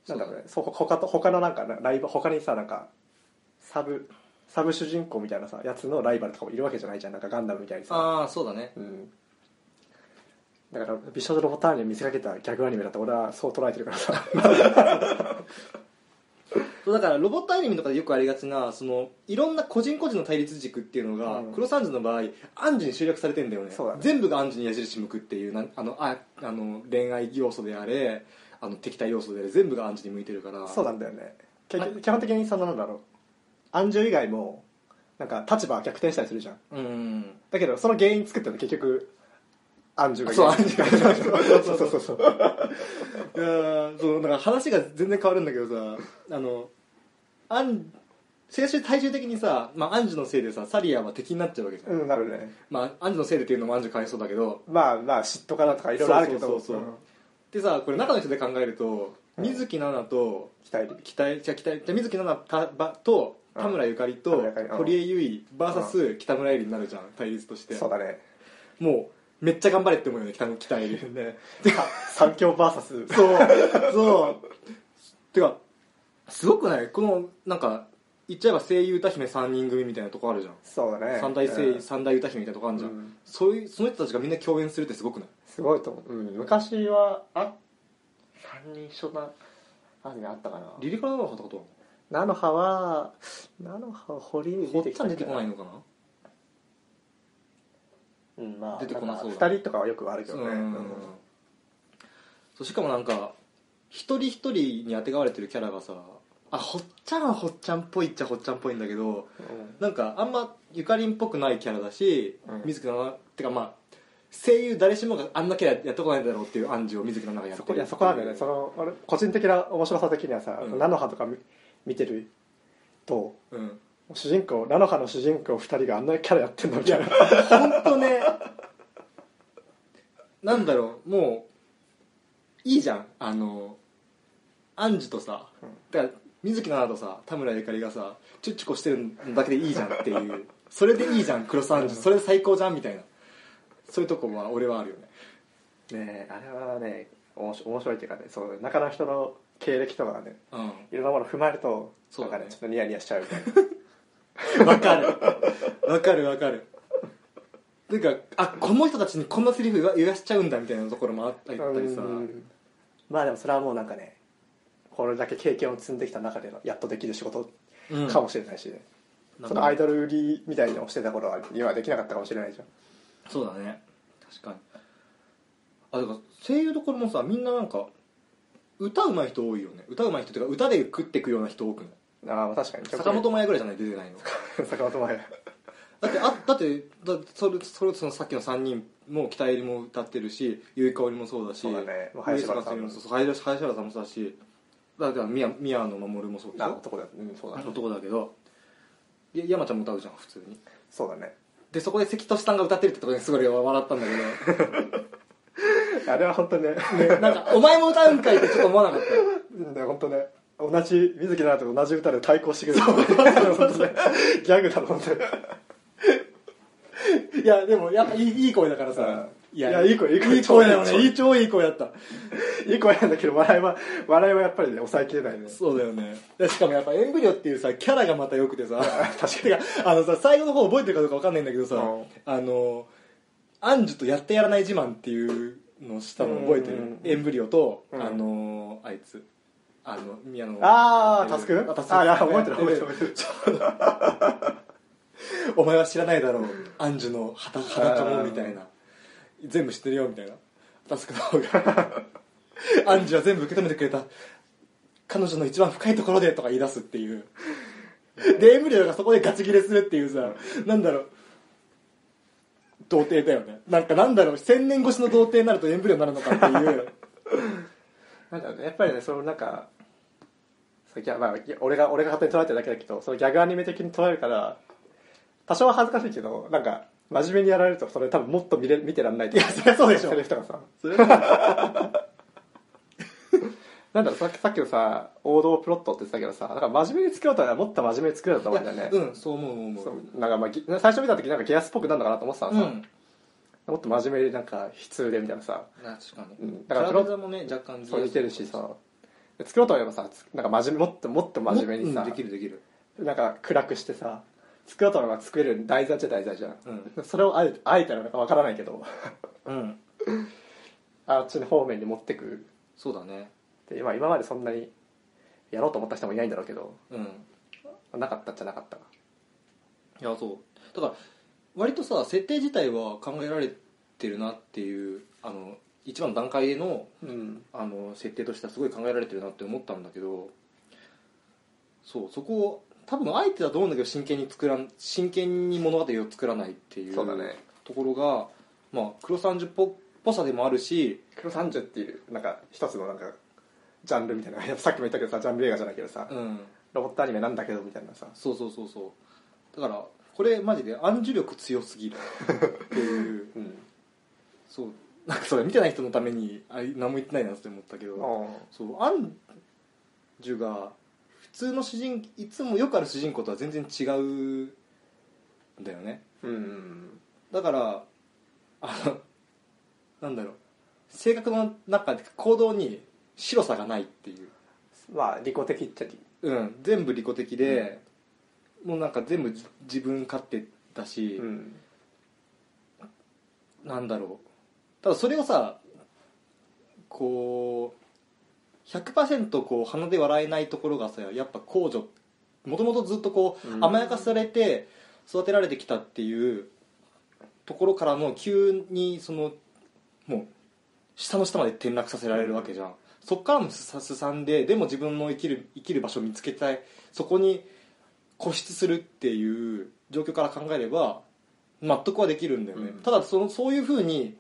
D: なんだろうねそう他と他のなんかライバ他にさなんかサブサブ主人公みたいなさやつのライバルとかもいるわけじゃないじゃんなんかガンダムみたいにさ
C: ああそうだね
D: うんだから美少女ロボターンに見せかけたギャグアニメだって俺はそう捉えてるからさ
C: そうだからロボットアニメとかでよくありがちなそのいろんな個人個人の対立軸っていうのが、
D: うん
C: クロサンジの場合アンジに集約されてんだよね
D: そうだね
C: 全部がアンジに矢印向くっていうなんあのああの恋愛要素であれあの敵対要素であれ全部がアンジに向いてるから
D: そう
C: だ
D: なんだよね結局基本的にそのなんだろうアンジュ以外もなんか立場は逆転したりするじゃん
C: うん
D: だけどその原因作ってるの結局アンジュが
C: そうアンジュが
D: そうそうそうそう
C: いやーそうなんか話が全然変わるんだけどさあのアン最終体重的にさ、まあ、アンジュのせいでさサリアは敵になっちゃうわけじゃん、
D: うんなるね
C: まあ、アンジュのせいでっていうのもアンジュかわいそうだけど
D: まあまあ嫉妬かなとかいろいろあるけど
C: そうそうそうそうんでさこれ中の人で考えると水木奈々と
D: 期待で
C: 期待じゃあ期待じゃあ水木奈々たばと田村ゆかり
D: 田
C: と
D: 村ゆかりうん
C: 堀江由衣 VS 北村絵里になるじゃん対立として
D: そうだね
C: もうめっちゃ頑張れって思うよね北の北絵里
D: ね三強 VS
C: そうそうてかすごくないこのなんか言っちゃえば声優歌姫3人組みたいなとこあるじゃん
D: そうだね
C: 三大声
D: う
C: 優
D: ん
C: 三大歌姫みたいなとこあるじゃ
D: うんん
C: そういうその人たちがみんな共演するってすごくない
D: すごいと思う、うん、昔はあ三人一緒なアニメあったかな
C: リリカの方とかど
D: 菜の葉は菜の葉は堀江
C: うほ
D: 出
C: って
D: き
C: ちゃ
D: た
C: ん
D: っ
C: 出
D: け
C: てこないのかな
D: うんまあ
C: 出てこなそうだ
D: んか二人とかはよくあるけどね、
C: うんそうしかもなんか一人一人にあてがわれてるキャラがさあほっちゃんはほっちゃんっぽいっちゃほっちゃんっぽいんだけどなんかあんまゆかりんっぽくないキャラだし、
D: うん
C: 水木奈々ってかまあ声優誰しもがあんなキャラやったことないだろうっていう暗示を水木奈々がやっ
D: そ
C: て
D: こ
C: る
D: いやそこなんだよねその俺個人的な面白さ的にはさ、
C: うん
D: 菜の葉とか見見てると
C: うん
D: 主人公菜の葉の主人公二人があんなキャラやってんだみたいな
C: 本当ねなんだろうもういいじゃんあのアンジュとさ、
D: うん
C: だから水木奈々とさ田村ゆかりがさチュッチュコしてるだけでいいじゃんっていうそれでいいじゃんクロスアンジュそれで最高じゃんみたいなそういうとこは俺はあるよね
D: ねえあれはねおもし面白いっていうかねそう中の人の経歴とかがね
C: う
D: いろんなもの踏まえると
C: そうだね
D: なんかちょっとニヤニヤしちゃうみたいなん
C: わかるわかるわかるていうかあこの人たちにこんなセリフ言わ言わしちゃうんだみたいなところもあったりさ、
D: うんまあでもそれはもうなんかねこれだけ経験を積んできた中でのやっとできる仕事
C: うん
D: かもしれないしね、
C: なん
D: そ
C: か
D: のアイドル売りみたいに押してた頃は今はできなかったかもしれないじゃん
C: そうだね確かにあだから声優どころもさみんななんか歌うまい人多いよね歌うまい人っていうか歌で食ってくような人多くない
D: ああ確かに
C: 坂本真綾ぐらいじゃない出てないの
D: 坂本 前
C: だってあだってだってそれそれそのさっきの3人も北入りも歌ってるし結衣香織もそうだし
D: そうだねまあ
C: 林
D: 林
C: 原
D: 原
C: さ
D: さ
C: ん
D: ん
C: も
D: も
C: そう林林原さんもそうだしだから宮宮野真守もそうでし
D: あ
C: ょ
D: 男だうんそうだ
C: 男だけどいや山ちゃんも歌うじゃん普通に
D: そうだね
C: でそこで関俊さんが歌ってるってところにすごい笑ったんだけど
D: あれは本当ね
C: なんか、お前も歌うんかいってちょっと思わなかった。
D: ね本当ね同じ水木奈々と同じ歌で対抗してくる 本当ねギャグだもんね
C: いや、でも、やっぱいいいい声だからさ。
D: うんいやいい声いい声
C: いい声だよね。
D: 超
C: い
D: い
C: い
D: い声
C: 超いい声だった。
D: いい声なんだけど笑いは笑いはやっぱりね抑えきれないね
C: そうだよね。でしかもやっぱエンブリオっていうさ、キャラがまた良くてさ。確かに。あのさ、最後の方覚えてるかどうかわかんないんだけどさ、
D: うん
C: あの、アンジュとやってやらない自慢っていうのをしたの覚えて
D: うんうん
C: る
D: うん。
C: エンブリオと、
D: うん
C: あの、あいつ。あの、宮野
D: ああタスク
C: あタスク
D: あいや覚えてる覚えてる覚えてる
C: お前は知らないだろうアンジュの裸裸もみたいな全部知ってるよみたいなタスクの方が アンジュは全部受け止めてくれた彼女の一番深いところでとか言い出すっていうでエムリオがそこでガチギレするっていうさなんだろう童貞だよねなんかなんだろう千年越しの童貞になるとエンブリオになるのかっていう
D: なんかねやっぱりねそのなんかそうギャまあ、ギャ俺が俺が勝手に捉えてるだけだけどそのギャグアニメ的に捉えるから多少は恥ずかしいけどなんか真面目にやられるとそれ多分もっと見 れ見てらんないいやそ
C: りゃそうでしょ
D: セリフとかさなんだろうさっきさっきのさ王道プロットって言ってたけどさなんか真面目に作ろうとはもっと真面目に作れたと思うんだよね、
C: うんそう思う思う
D: そ
C: 思う
D: うなんかまあぎ最初見た時なんかゲアスっぽくなんのかなと思ってたの
C: う
D: さ、
C: ん
D: もっと真面目でなんか悲痛でみたいなさ
C: 確か
D: う
C: に
D: んだ
C: だ
D: か
C: からら体もね若干
D: そう似てるしさで作ろうと思えばさつなんか真面目もっともっと真面目にさ、
C: うんできるできる
D: なんか暗くしてさ作ろうと思えば作れる題材っちゃ題材じゃん、
C: うん
D: それをあえあえたらなんかわからないけど
C: うん
D: あっちの方面に持ってく
C: そうだね
D: で、まあ、今までそんなにやろうと思った人もいないんだろうけど
C: うん
D: なかったっちゃなかった
C: いやそうだから割とさ設定自体は考えられてるなっていうあの一番の段階での
D: うん
C: あの設定としてはすごい考えられてるなって思ったんだけどそうそこを多分あえてだと思うんだけど真剣に作らん真剣に物語を作らないっていう
D: そうだね
C: ところが、まあ、黒三十っぽぽさでもあるし
D: 黒30っていうなんか一つのなんかジャンルみたいな やっぱさっきも言ったけどさジャンル映画じゃないけどさ、
C: うん
D: ロボットアニメなんだけどみたいなさ
C: そうそうそうそうだからこれマジで暗示力強すぎるっていう
D: うん
C: そうなんかそれ見てない人のためにあれ何も言ってないなって思ったけどそうアンジュが普通の主人いつもよくある主人公とは全然違うんだよね
D: うん
C: だからあのなんだろう性格の中で行動に白さがないっていう、
D: まあ利己的っちゃ利
C: うん、全部利己的で、もうなんか全部じ自分勝手だし、
D: うん
C: なんだろうただそれをさこう100%こう鼻で笑えないところがさやっぱ公女もともとずっとこう、
D: うん
C: 甘やかされて育てられてきたっていうところからの急にそのもう下の下まで転落させられるわけじゃん、そっからもすさすさんででも自分の生きる生きる場所を見つけたいそこに固執するっていう状況から考えれば納得はできるんだよね、
D: うん
C: ただそのそういうふうに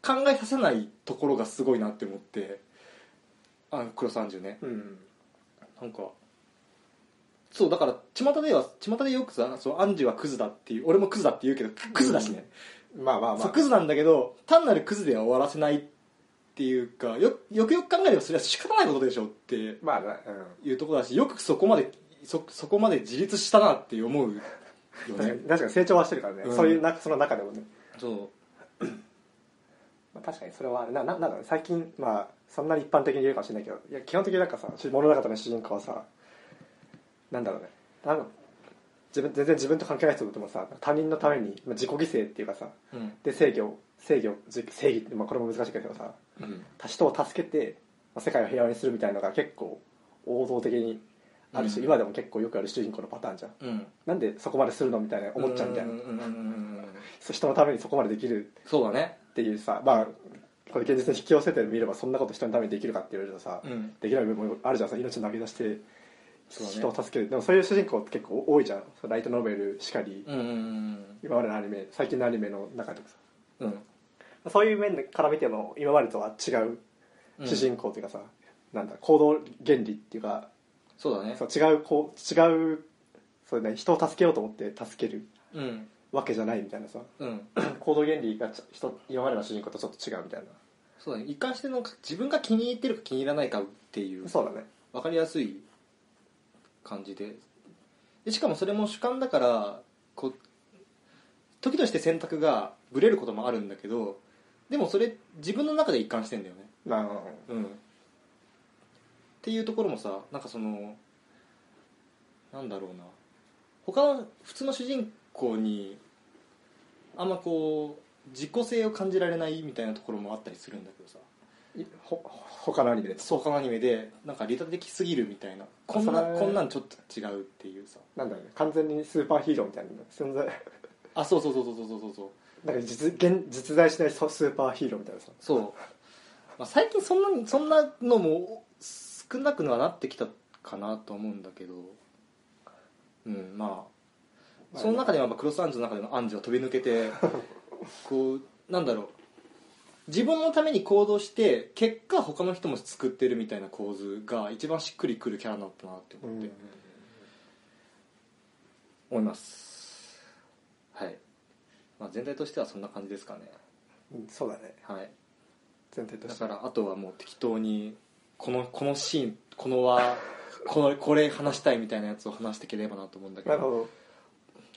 C: 考えさせないところがすごいなって思ってあの黒三十ね
D: うん
C: なんかそうだから巷では巷でよくさそうアンジュはクズだっていう俺もクズだって言うけどクズだしね、
D: まあまあま
C: そう
D: あ
C: クズなんだけど単なるクズでは終わらせないっていうかよよくよく考えればそれは仕方ないことでしょって
D: まあなうん
C: いうところだしよくそこまでそそこまで自立したなって思うよ
D: 確か
C: ね
D: に確かに成長はしてるからね、
C: うん
D: そういうなその中でもね、
C: そ
D: まあ、確かにそれはあるなななんだろう最近まあそんなに一般的に言えるかもしれないけどいや基本的になんかさ物語の主人公はさなんだろうねなんか自分全然自分と関係ない人ともさ他人のためにまあ自己犠牲っていうかさ
C: ううん
D: で制御制御じ正義って、まあ、これも難しいけどさ
C: うん
D: 他人を助けて、まあ、世界を平和にするみたいなのが結構王道的にあるし、
C: うん
D: 今でも結構よくある主人公のパターンじゃん
C: うん
D: なんでそこまでするのみたいな思っちゃうみたいな
C: うんうんうんうんうん
D: 人のためにそこまでできる
C: そうだね
D: っていうさまあこれ現実に引き寄せてみればそんなこと人のためにできるかって言われるとさ、
C: うん
D: できない部分もあるじゃんさ命投げ出して
C: そうだね
D: 人を助ける、でもそういう主人公って結構多いじゃんそのライトノベルしかり、
C: うんうんうん
D: 今までのアニメ最近のアニメの中でもさ
C: うん
D: そういう面から見ても今までとは違う
C: うん
D: 主人公っていうかさ、なんだ行動原理っていうか
C: そうだね
D: そう違うこう違うそう、ね、人を助けようと思って助ける
C: うん
D: わけじゃないみたいなさ
C: うん
D: 行動原理がちょ人今までの主人公とちょっと違うみたい
C: そうだね一貫しての自分が気に入ってるか気に入らないかっていう
D: なそうだね
C: わかりやすい感じででしかもそれも主観だからこう時として選択がブレることもあるんだけどでもそれ自分の中で一貫してんだよね
D: なあ
C: うんっていうところもさなんかそのなんだろうな他の普通の主人公にあんまこう自己性を感じられないみたいなところもあったりするんだけどさ
D: いほ他のアニメです
C: そう他のアニメでなんか利他的すぎるみたいなこんな
D: それ
C: こんなんちょっと違うっていうさ
D: なんだろうね完全にスーパーヒーローみたいな存在
C: あそうそうそうそうそうそうそう
D: なんか実現実在しないそスーパーヒーローみたいなさ
C: そう、まあ、最近そんなにそんなのも少なくはなってきたかなと思うんだけどうんまあその中ではやっぱクロスアンジュの中でのアンジュは飛び抜けてこうなんだろう自分のために行動して結果他の人も救ってるみたいな構図が一番しっくりくるキャラだったなって
D: う
C: 思っ
D: ん
C: て、思いますはい、まあ、全体としてはそんな感じですかね
D: うんそうだね
C: はい
D: 全体と
C: だ
D: して
C: からあとはもう適当にこのこのシーンこのはこのこれ話したいみたいなやつを話していければなと思うんだけ
D: なるほ
C: ど
D: ど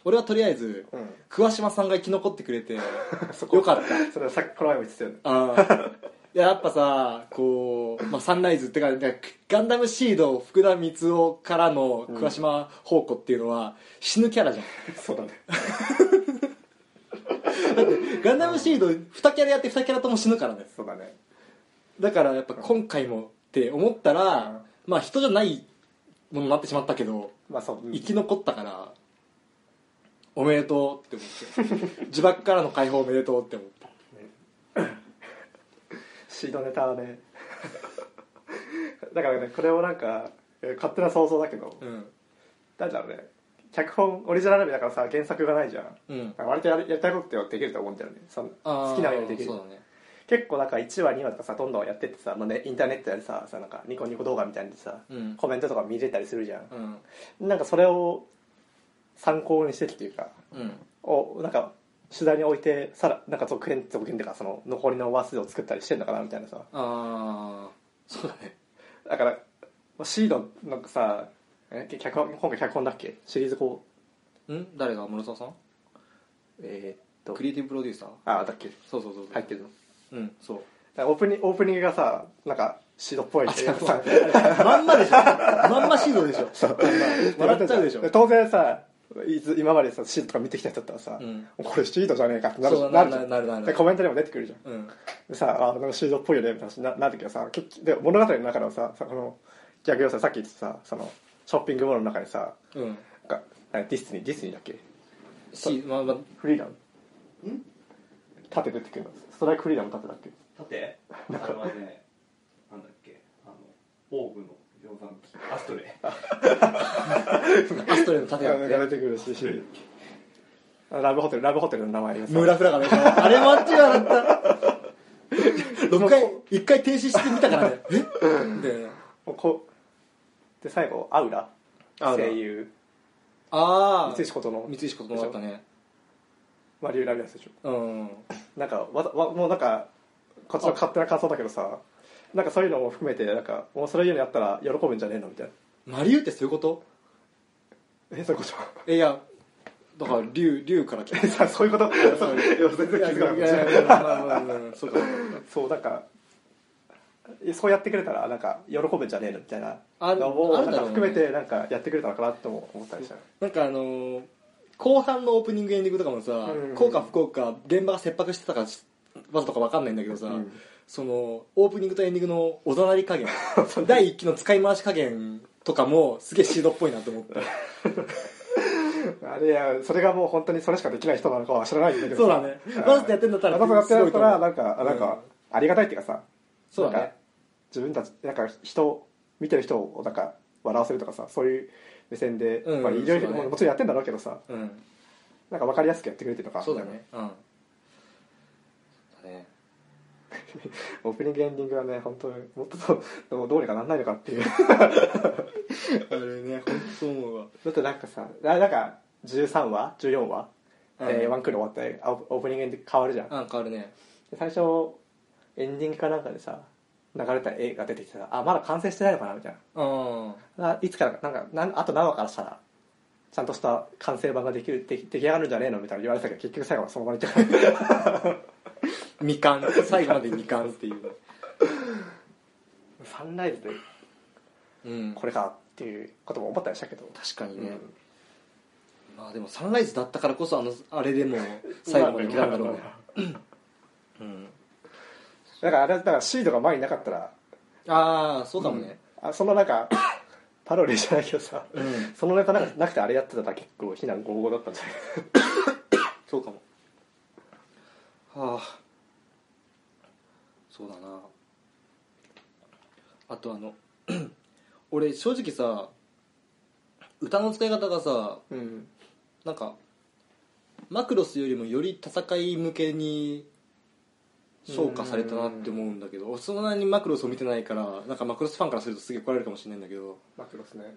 C: 俺はとりあえず、
D: うん
C: 桑島さんが生き残ってくれて
D: そこ
C: よかった
D: それはさこの前も言ってたよね
C: あいややっぱさこう、まあ、サンライズってかねガンダムシード福田光雄からの桑島宝庫っていうのは死ぬキャラじゃん、
D: そうだね
C: ガンダムシード2キャラやって2キャラとも死ぬからね
D: そうだね
C: だからやっぱ今回もって思ったら、
D: うん
C: まあ人じゃないものになってしまったけど
D: まあそう、うん
C: 生き残ったからおめでとうって思って呪縛からの解放おめでとうって思って
D: シードネタはね だからねこれをなんかえー勝手な想像だけど、
C: うん
D: なんだろうね脚本オリジナルアニメだからさ原作がないじゃん
C: うん
D: なんか割とやりやりたいことってできると思うんだよねその
C: あー
D: 好きなようにできる
C: そうだね
D: 結構なんか1話2話とかさどんどんやってってさ、まあね、インターネットやささなんかニコニコ動画みたいにさ、
C: うん
D: コメントとか見れたりするじゃん、
C: うん
D: なんかそれを参考にしてっていうか
C: うん
D: をなんか取材に置いてさらなんか続編続編っていうかその残りの話数を作ったりしてんのかなみたいなさ
C: ああそうだね
D: だからまあシードンなんかさえ脚本今回脚本だっけシリーズ5
C: ん誰が室沢さん
D: えーっ
C: ク
D: と
C: リエイティブプロデューサー
D: あだっけ
C: そうそうそうそう
D: 入ってるの
C: うんそう
D: だからオープニオープニングがさなんかシードっぽいっていうかさ
C: まんまでしょまんまシードでしょ 笑っちゃうでしょ
D: 当然さいつ今までさシードとか見てきた人だったらさ、
C: うん
D: これシードじゃねえかってなる
C: そう
D: じゃん
C: なるなるなる
D: でコメントでも出てくるじゃん
C: うん
D: でさあなんかシードっぽいよねみたいな話にななるけどさ結局で物語の中のさその逆要素さっき言ってたそのショッピングモールの中にさ
C: うん
D: なんかなんかディスニーディスニーだっけ
C: シーまあまあ
D: フリーダム盾出てくるのストライクフリーダム盾だっけ
A: 縦あれはねなんだっけあの防具の量産機アストレイ
C: アストレイの盾やっ
D: が出
C: て
D: てくるしラブホテルラブホテルの名前がさ
C: ムーラフラがねあれマッチ笑った六回一回停止してみたからねえで
D: もうこうで最後アウラ
C: アウラ
D: 声優
C: ああ
D: 三石ことの
C: 三石こともだったね
D: マリウラビアスでしょ
C: うん
D: なんかわざわもうなんかこっちの勝手な感想だけどさなんかそういうのも含めてなんかもうそれ言うのやったら喜ぶんじゃねえのみたいな
C: マリウってそういうこと
D: えそういうこ
C: えいやだから竜竜から来た
D: と さそういうことそういや全然気づかなかった
C: そうか
D: そうなんかそうやってくれたらなんか喜ぶんじゃねえのみたいな
C: ある
D: のを
C: ある
D: なん
C: だ
D: か
C: ろうね
D: 含めてなんかやってくれたのかなとも思ったりした
C: なんかあのー後半のオープニングエンディングとかもさ、
D: うん
C: 効果不効果現場が切迫してたかしわざとかわかんないんだけどさ、
D: うん
C: そのオープニングとエンディングのおざなり 加減第1期の使い回し加減とかもすげえシードっぽいなと思った
D: あれやそれがもう本当にそれしかできない人なのかは知らないんだけど
C: そうだ ねわざとやってんだったら
D: わざとやってんだったら
C: すご
D: ないんか
C: うん
D: なんかありがたいっていうかさ
C: そうだ
D: なん
C: ね
D: か自分たちなんか人を見てる人をなんか笑わせるとかさそういう目線で、
C: うん
D: まあ、いろい
C: そ
D: ろ
C: うだね
D: もちろんやってんだろうけどさ
C: うん
D: なんか分かりやすくやってくれてるのか
C: そうだねうんだね
D: オープニングエンディングはね本当にもっとそうでもどうにかなんないのかって いう
C: あれね本当思うわ
D: だってなんかさななんか13話14話、えー
C: うん
D: ワンクール終わってあオープニングエンディング変わるじゃん
C: あ変わるね
D: で最初エンディングかなんかでさ流れた絵が出てきてさあまだ完成してないのかなみたいな
C: うん
D: あいつからなんかなんあと何話からしたらちゃんとした完成版ができるでき出来上がるんじゃねえのみたいな言われてたけど結局最後はそのままいっち ゃう
C: 未完最後まで未完っていう、
D: サンライズで
C: うん、
D: これかっていうことも思ったりしたけど
C: 確かにね、
D: うん
C: まあでもサンライズだったからこそあのあれで も最後まで来たんだろうね、うん、
D: だからあれだからシードが前になかったら
C: ああそうかもね
D: あそのなんかパロディじゃないけどさ、
C: うん、
D: そのネタなんかなくてあれやってたら結構非難合々だったんじゃない
C: そうかもはあそうだなあとあの 俺正直さ歌の使い方がさ
D: うん
C: なんかマクロスよりもより戦い向けに昇華されたなって思うんだけどそんなにマクロスを見てないからなんかマクロスファンからするとすげえ怒られるかもしれないんだけど
D: マクロスね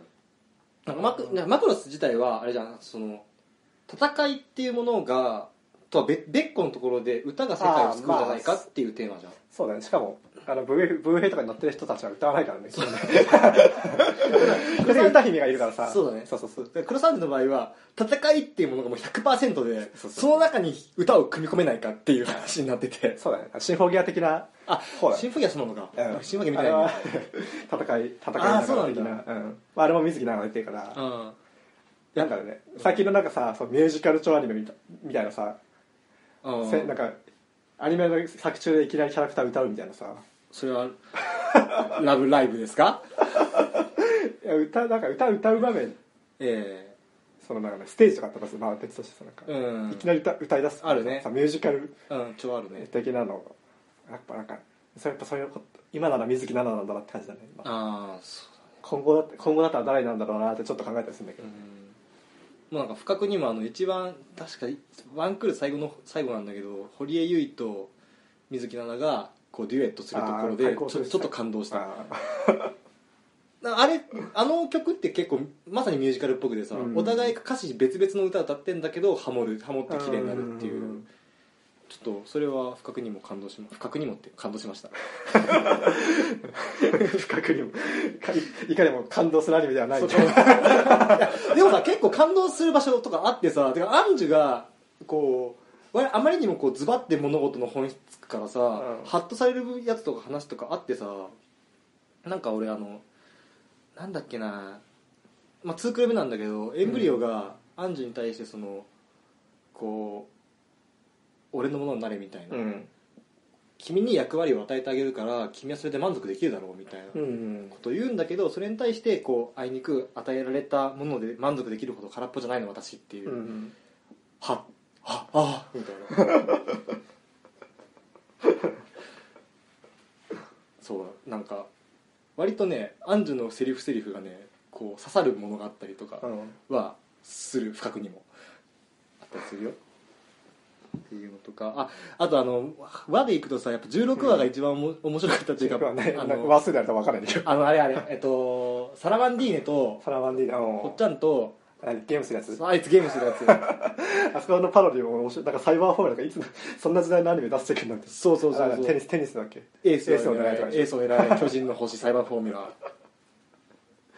C: なんかマクなんかマクロス自体はあれじゃんその戦いっていうものがとは別別個のところで歌が世界を救うんじゃないかっていうテーマじゃん、
D: そうだねしかもあのブーヘブーヘイとかに乗ってる人たちは歌わないからね それ歌姫がいるからさ
C: そうだね
D: そうそうそう
C: だから黒サンジの場合は戦いっていうものがもう100%でその中に歌を組み込めないかっていう話になってて
D: そうだねシンフォギア的な
C: あ
D: そうだね
C: シンフォギアそうなのか、
D: うん
C: シンフォギアみたい
D: あれは
C: な
D: 戦い戦い
C: あーそうなんだ
D: なうんまああれも水木奈々が出てるから
C: うん
D: なんだろうね最近のなんかさそうミュージカル調アニメみたみたいなさ、
C: うん
D: せなんかアニメの作中でいきなりキャラクター歌うみたいなさ
C: それは ラブライブですか
D: いや歌なんか歌歌う場面
C: え
D: そのなんかねステージとかあったらさまあ別としてさなんか、
C: えうん
D: いきなり歌歌い出す
C: あるね
D: さミュージカル
C: うん超あるね
D: 的なのやっぱなんかそれやっぱそういうこと今なら水木奈々なんだなって感じだね今
C: ああそう
D: 今後だって今後だったら誰なんだろうなってちょっと考えたりするんだけど、
C: もうなんか不覚にもあの一番確かワンクール最後の最後なんだけど堀江由衣と水木奈々がこうデュエットするところ
D: あー
C: で
D: 対
C: ちょ
D: 抗する
C: ちょっと感動した
D: あ
C: なあれあの曲って結構まさにミュージカルっぽくてさ、
D: うん
C: お互い歌詞別々の歌歌ってんだけどハモるハモって
D: ー
C: 綺麗になるっていうんちょっとそれは不覚にも感動しま不覚にもって感動しました
D: 深くにもかいいかにも感動するアニメではない
C: そ
D: み
C: う
D: たいな
C: でもさ結構感動する場所とかあってさてかアンジュがこうわあまりにもこうズバって物事の本質からさ、
D: うん
C: ハッとされるやつとか話とかあってさなんか俺あのなんだっけな、まあ、2クール目なんだけどエンブリオがアンジュに対してそのこう俺のものになれみたいな、
D: うん
C: 君に役割を与えてあげるから君はそれで満足できるだろうみたいな、
D: うん
C: ことを言うんだけどそれに対してこうあいにく与えられたもので満足できるほど空っぽじゃないの私っていう、
D: うん
C: はっはっあーみたい なそうなんか割とねアンジュのセリフセリフがねこう刺さるものがあったりとか
D: うん
C: はする不覚にもあったりするよっていうのとかああとあの和でいくとさやっぱ16話が一番おも、面白かったっていうか
D: 僕はねな
C: あ
D: んか
C: の
D: 話数であると分からないんだけど
C: あのあれあれえっとサラマンディーネと
D: サラマンディーナ
C: おっ
D: の
C: ちゃんと
D: ゲームするやつ
C: あいつゲームしてる や
D: あそこのパロディも面白いなんかサイバーフォームなんかいつのそんな時代のアニメ出してくるなんて
C: つそうそうそう
D: あ
C: そう
D: テニステニスだっけ
C: エース
D: エースを
C: を
D: 狙
C: 狙
D: い
C: い
D: とかでしょ
C: エースを狙い巨人の星サイバーフォーミュラ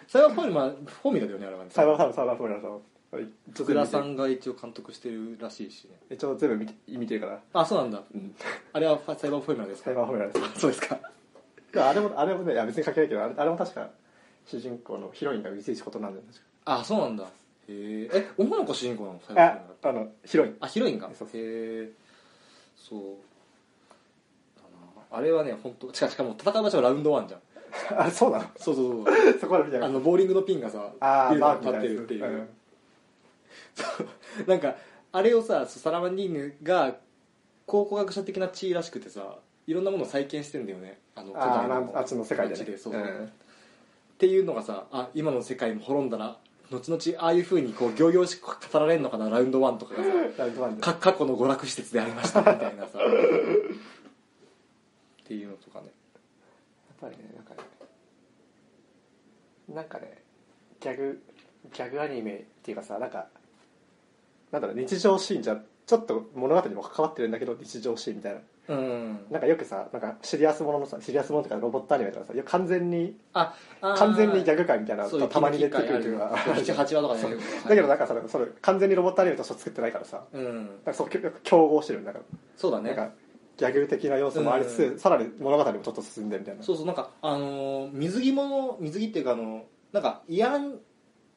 C: サイバーフォーミュラフォーミュラだよねあれはね
D: サイバーファームサイバーフォームだと
C: 福田さんが一応監督してるらしいしね
D: 一応全部見て見てるから
C: あそうなんだ、あれはファサイバーフォーミュラです
D: サ
C: か
D: イバーフォー ムです
C: そうですか
D: でもあれもあれもねいや別に関係ないけどあれあれも確か主人公のヒロインがいちいちことなんだよね
C: あそうなんだへええ女の子主人公なのサイ
D: 確
C: バーフォー
D: か
C: ミュラって
D: ああのヒロイン
C: あヒロインがへ
D: そうそう
C: えそうだなあれはね本当しかしかも戦う場所はラウンドワンじゃん
D: あそうなの
C: そうそうそう
D: そこまで見た
C: あ
D: ら
C: のボーリングのピンがさ
D: あ
C: ビル
D: ーマ
C: が
D: ーク
C: 立
D: み
C: ったて
D: いな
C: る
D: や
C: っ
D: つ
C: ていう、
D: うん
C: そう なんかあれをさそうサラマンディーヌが考古学者的な地位らしくてさいろんなものを再建してんだよねあの
D: あー
C: 古代
D: なんあっちの世界でね
C: 地そうそううんっていうのがさあ今の世界も滅んだら後々ああいうふうにこう行々しく語られるのかなラウンドワンとかがさ
D: ラウンドワンで
C: か過去の娯楽施設でありましたみたいな さっていうのとかね
D: やっぱりねなんかねなんかねギャグギャグアニメっていうかさなんかなんだろう日常シーンじゃちょっと物語にも関わってるんだけど日常シーンみたい
C: う
D: な
C: ん
D: なんかよくさなんかシリアスもののさシリアスものとかロボットアニメとかさよく完全に
C: ああー
D: 完全にギャグ界みたいなの
C: そう
D: たたまに出てくるというか
C: 78話とかね
D: そう だけどなんかそれそれ完全にロボットアニメとして作ってないからさなん
C: うん
D: かそう結構 競合してるよねなんか
C: そうだ
D: なん
C: ね
D: かギャグ的な要素もありつつ、
C: うん
D: さらに物語もちょっと進んでみたいな
C: そうそうなんかあのー水着もの水着っていうかあのなんかイアン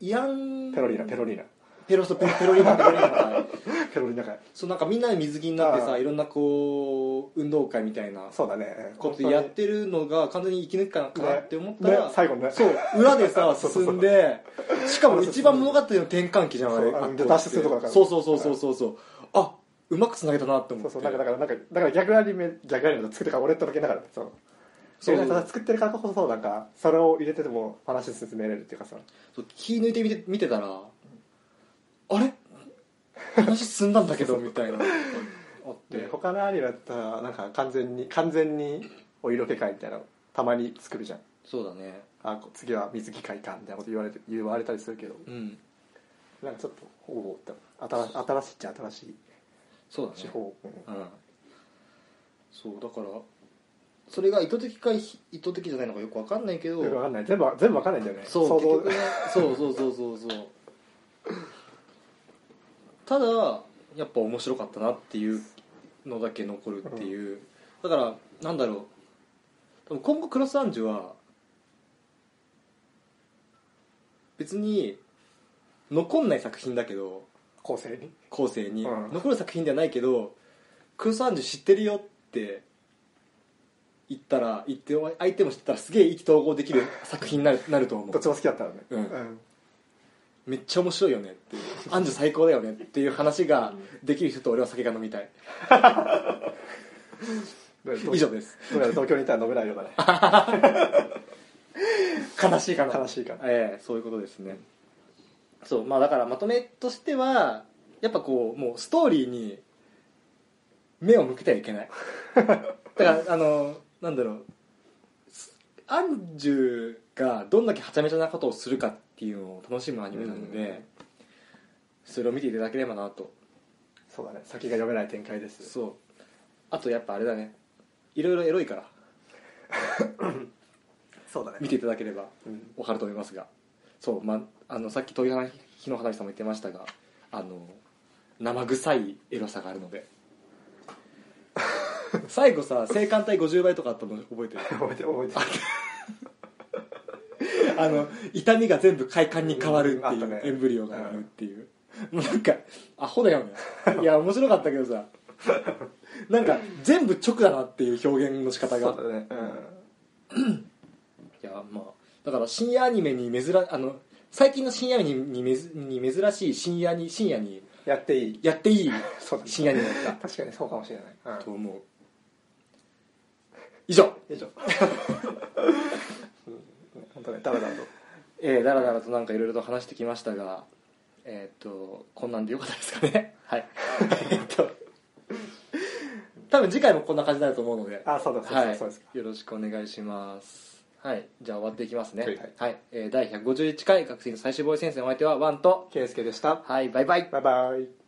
C: イアン
D: ペロリーナペロリーナ
C: ペロそうペペロリーナペロリーナはい
D: ペロリーナか
C: そうなんかみんなで水着になって
D: あ
C: さ
D: ー
C: いろんなこう運動会みたいな
D: そうだね
C: ことやってるのが完全に息抜きかなって思った
D: ね
C: ら、
D: ね最後ね
C: そう裏でさ
D: そうそうそう
C: 進んでしかも一番物語の転換期じゃんあれ
D: そうあの
C: あこうやって
D: 脱出するとこだから
C: そうそうそうそうそうそうあうまくつなげたなって思
D: そ
C: っ
D: う
C: て
D: そうなんかだからなんかだからギャグアニメギャグアニメと作ってるから俺とだけだからそう
C: そ
D: そううただ作ってるからこそなんかそれを入れてても話進めれるっていうかさ
C: そう気抜いて見て見てたらあれ話進んだんだけどみたいなあって
D: で他のアニメだったらなんか完全に完全にお色気会みたいなのたまに作るじゃん
C: そうだね
D: あこ次は水着会かみたいなこと言われて言われたりするけど
C: うん
D: なんかちょっとおおって新新しいっちゃ新しい
C: そうだね
D: 地方、うん
C: うんそうだからそれが意図的かひ意図的じゃないのかよくわかんないけど
D: よくわかんない全部わ全部わかんないんだよね
C: そう
D: 想
C: 結
D: 像
C: 局ねそうそうそうそうそうただやっぱ面白かったなっていうのだけ残るっていう、だからなんだろう多分今後クロスアンジュは別に残んない作品だけど
D: 構成に
C: 後世に、
D: うん
C: 残る作品ではないけどクロスアンジュ知ってるよって言ったら言って相手も知ってたらすげえ意気投合できる作品になるなると思う
D: どっちも好きだったらね
C: うんめっちゃ面白いよねっていう「アンジュ最高だよね」っていう話ができる人と俺は酒が飲みたい以上ですす
D: だから東京にいたら飲めないようだね
C: 悲しいかな
D: 悲しいかな
C: ええそういうことですねそうまあだからまとめとしてはやっぱこうもうストーリーに目を向けてはいけない だからあのなんだろうすアンジュがどんだけはちゃめちゃなことをするかっていうのを楽しむアニメなので、
D: うん
C: それを見ていただければなと
D: そうだね先が読めない展開です
C: そうあとやっぱあれだねいろいろエロいから
D: そうだね
C: 見ていただければ
D: うん
C: わかると思いますがそう、ま、あのさっき鳥羽日の花火さんも言ってましたがあの生臭いエロさがある ので最後さ性感帯50倍とかあったの覚えて る
D: 覚えてる覚えてる
C: あの痛みが全部快感に変わるってい
D: うんあっ
C: う
D: たね
C: エンブリオがあるっていうもうなんかアホだよねいや面白かったけどさなんか全部直だなっていう表現の仕方が
D: そうだねうん
C: いやまあだから深夜アニメに珍あの最近の深夜アニメにめずに珍しい深夜に深夜に
D: やっていい
C: やって いい
D: そうだね
C: 深夜になった
D: 確かにそうかもしれない、
C: と思う以上
D: うん、以上うん本当ねダメだと
C: えー、だらだらとなんかいろいろと話してきましたがえーっとこんなんでよかったですかね はいえーっと多分次回もこんな感じになると思うので
D: あそうだそうだ
C: はい
D: そうですか
C: よろしくお願いしますはいじゃあ終わっていきますねは
D: はいい、
C: えー第151回学生の最終防衛戦線お相手はワンと
D: 圭介でした
C: はいバイバイ
D: バイバイ